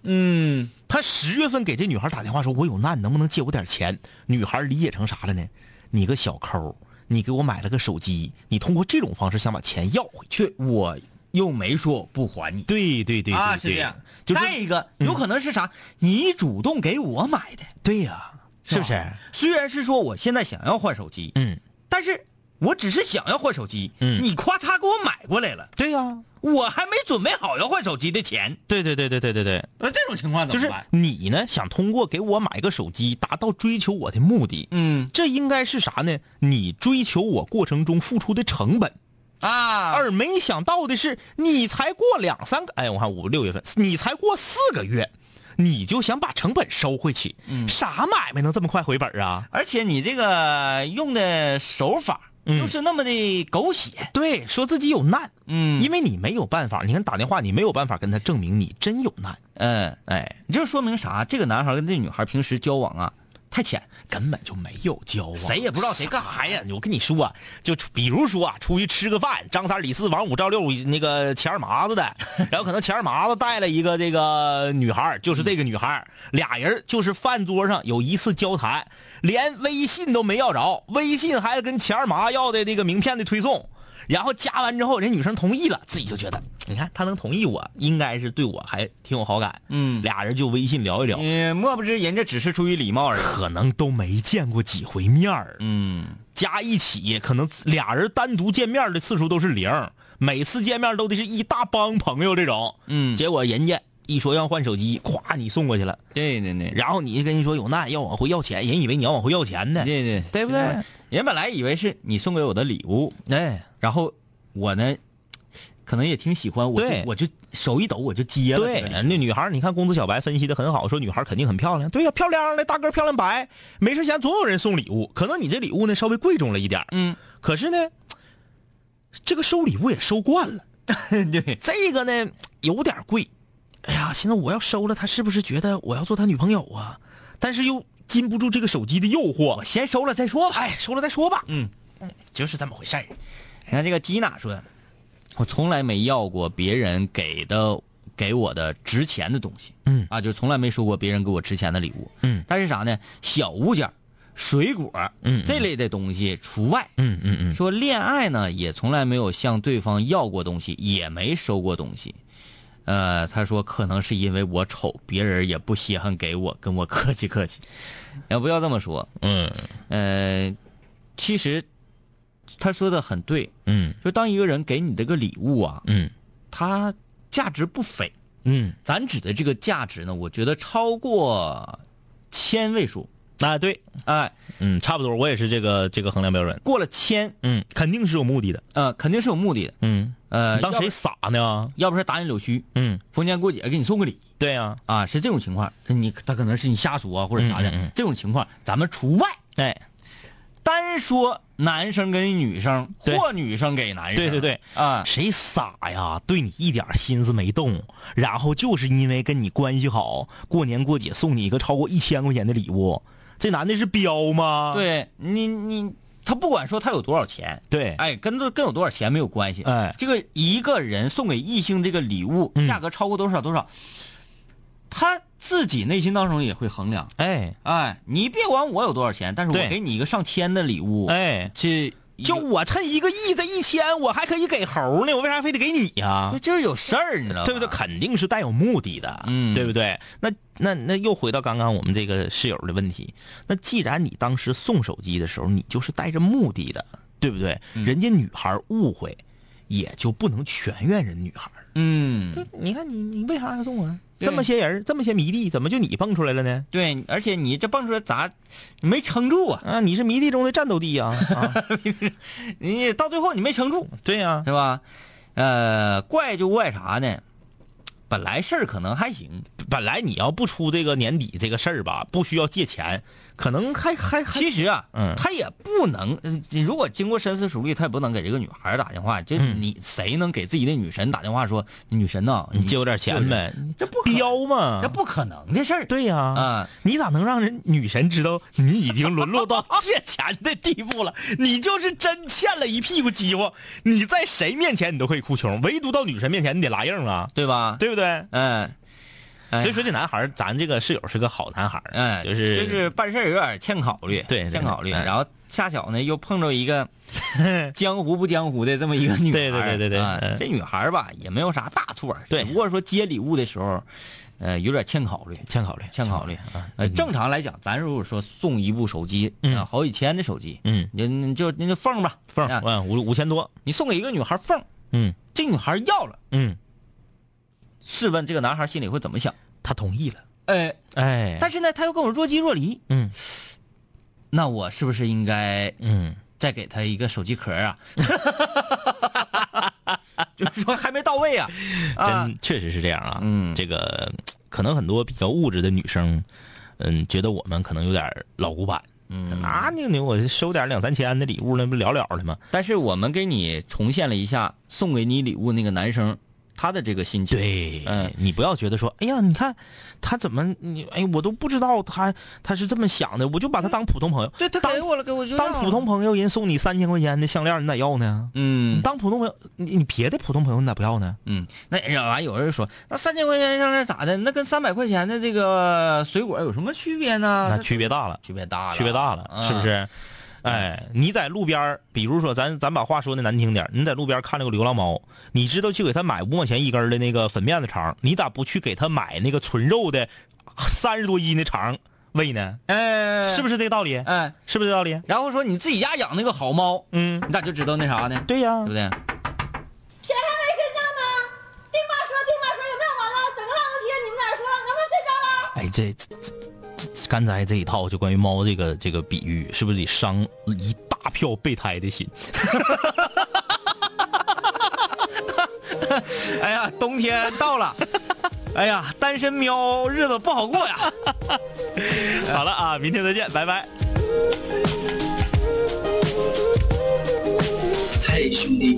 嗯，他十月份给这女孩打电话说：“我有难，能不能借我点钱？”女孩理解成啥了呢？你个小抠，你给我买了个手机，你通过这种方式想把钱要回去。对，我又没说我不还你。对对对啊，对是这样。就是再一个，有可能是啥？你主动给我买的，对呀、是不吧是？虽然是说我现在想要换手机，嗯，但是我只是想要换手机，嗯你咔嚓给我买过来了，对呀、我还没准备好要换手机的钱，对对对对对对对，那这种情况就怎么是办？你呢，想通过给我买个手机，达到追求我的目的。嗯这应该是啥呢？你追求我过程中付出的成本，啊，而没想到的是，你才过两三个，哎，我看五六月份，你才过四个月，你就想把成本收回去，啥买卖能这么快回本啊？嗯而且你这个用的手法嗯又是那么的狗血，对，说自己有难，嗯因为你没有办法，你看打电话，你没有办法跟他证明你真有难，嗯，哎，你就说明啥？这个男孩跟这女孩平时交往啊太浅，根本就没有交往，谁也不知道谁干啥啥呀？我跟你说、啊，就出比如说啊，出去吃个饭，张三、李四、王五、赵六那个钱二麻子的，然后可能钱二麻子带了一个这个女孩儿，就是这个女孩儿，俩人就是饭桌上有一次交谈，连微信都没要着，微信还跟钱二麻要的那个名片的推送，然后加完之后，人女生同意了，自己就觉得，你看她能同意我，应该是对我还挺有好感，嗯俩人就微信聊 (laughs) 一聊，你莫不知人家只是出于礼貌而已。可能都没见过几回面儿，嗯，加一起，可能俩人单独见面的次数都是零，每次见面都得是一大帮朋友这种。嗯结果人家一说要换手机，咵你送过去了，对对对，然后你就跟人说有难要往回要钱，人以为你要往回要钱呢。对对对不对？人本来以为是你送给我的礼物，哎，然后我呢，可能也挺喜欢，我就对我就手一抖我就接了。对，这个那女孩儿你看公子小白分析的很好，说女孩儿肯定很漂亮。对呀、漂亮的大个儿漂亮白，没事闲总有人送礼物，可能你这礼物呢稍微贵重了一点儿，嗯，可是呢，这个收礼物也收惯了。 (laughs) 对，这个呢有点贵，哎呀，现在我要收了，他是不是觉得我要做他女朋友啊？但是又禁不住这个手机的诱惑，先收了再说吧。哎，收了再说吧。嗯嗯，就是这么回事儿。你看这个吉娜说，我从来没要过别人给的给我的值钱的东西，嗯啊，就从来没收过别人给我值钱的礼物，嗯，但是啥呢？小物件儿、水果，嗯这类的东西除外。嗯嗯嗯，说恋爱呢，也从来没有向对方要过东西，也没收过东西。呃，他说可能是因为我丑，别人也不稀罕给我，跟我客气客 (laughs) 气。要不要这么说？嗯呃，其实他说的很对，嗯就当一个人给你这个礼物啊，嗯它价值不菲。嗯，咱指的这个价值呢，我觉得超过千位数，啊对，哎，嗯，差不多，我也是这个这个衡量标准。过了千，嗯，肯定是有目的的。呃，肯定是有目的的。嗯，呃，当谁傻呢？要不是打你柳絮，嗯，逢年过节给你送个礼对呀、啊，是这种情况。这你他可能是你瞎说啊，或者啥的，嗯嗯嗯这种情况咱们除外。哎，单说男生给女生，对或女生给男生，对对对啊，谁傻呀？对你一点心思没动，然后就是因为跟你关系好，过年过节送你一个超过一千块钱的礼物，这男的是彪吗？对你你他不管说他有多少钱，对，哎，跟这跟有多少钱没有关系。哎这个一个人送给异性这个礼物，嗯价格超过多少多少，他自己内心当中也会衡量。哎哎，你别管我有多少钱，但是我对给你一个上千的礼物，，哎，这就我趁一个亿这一千，我还可以给猴呢，我为啥非得给你呀、对这是有事儿，你知道吗？对不对？肯定是带有目的的，啊嗯对不对？那那那又回到刚刚我们这个室友的问题，那既然你当时送手机的时候，你就是带着目的的，对不对？嗯人家女孩误会，也就不能全怨人女孩。嗯，你看你你为啥要送啊？对这么些人，这么些迷弟，怎么就你蹦出来了呢？对，而且你这蹦出来咋你没撑住啊？啊，你是迷弟中的战斗弟呀、啊！你到最后你没撑住对呀、是吧？呃，怪就怪啥呢？本来事儿可能还行，本来你要不出这个年底这个事儿吧，不需要借钱，可能还还还其实啊，嗯他也不能，呃如果经过深思熟虑，他也不能给这个女孩打电话。就嗯你谁能给自己的女神打电话说，女神呐，你借我点钱，呗，这不可彪嘛，这不可能的事儿。对呀、啊你咋能让人女神知道你已经沦落到借钱的地步了？你就是真欠了一屁股饥荒，你在谁面前你都可以哭穷，唯独到女神面前你得拉硬 (laughs) 啊，对吧？，对不对？嗯，哎呀所以说这男孩儿，咱这个室友是个好男孩儿，啊哎，就是就是办事儿有点欠考虑，对欠对考虑。哎然后恰巧呢，又碰着一 (laughs) 个江湖不江湖的这么一个女孩对对儿，对对对啊嗯这女孩儿吧也没有啥大错儿，对只不过说接礼物的时候，呃，有点欠考虑，欠考虑，欠考虑啊。呃，正常来讲，咱如果说送一部手机，嗯啊，好几千的手机，嗯，你就你就你就缝吧，缝啊儿，嗯，五五千多，你送给一个女孩缝，嗯这女孩要了，嗯，试问这个男孩心里会怎么想？他同意了，呃，哎，但是呢，他又跟我若即若离，嗯那我是不是应该嗯，再给他一个手机壳 (laughs) 啊？就是说还没到位啊，啊，真确实是这样啊，嗯这个可能很多比较物质的女生，嗯，觉得我们可能有点儿老古板。嗯，那你你我收点儿两三千的礼物，那不了了的吗？但是我们给你重现了一下送给你礼物那个男生他的这个心情，对，嗯你不要觉得说，哎呀，你看他怎么你，哎，我都不知道他他是这么想的，我就把他当普通朋友。对，他当给我了，给我就当要普了通朋友，人送你三千块钱的项链，你咋要呢？你嗯当普通朋友，你你别的普通朋友你咋不要呢？嗯，那完有人说，那三千块钱让人咋的？那跟三百块钱的这个水果有什么区别呢？那它区别大了，区别大了，区别大嗯了，是不？是？哎，你在路边儿比如说咱咱把话说的难听点儿，你在路边儿看着个流浪猫，你知道去给他买五毛钱一根儿的那个粉面子肠，你咋不去给他买那个纯肉的三十多斤的肠喂呢？哎，是不是？是这道理？哎，是不是这道理？然后说你自己家养那个好猫，嗯，你咋就知道那啥呢？对呀、对不 (laughs) 对？谁还没睡觉呢？丁妈说，丁妈说，有没有完了？整个浪子体你们在这说，能不能睡着了？哎，这这这这刚才这一套就关于猫这个这个比喻，是不是得伤一大票备胎的心？哎呀，冬天到 (laughs) 了，哎呀，单身喵日子不好过呀。 (laughs) 好了啊，明天再见，拜拜。嘿，兄弟，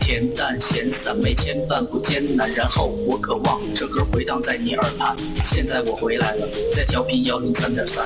恬淡、闲散，没牵绊，不艰难。然后我渴望这歌回荡在你耳畔。现在我回来了，在调频幺零三点三。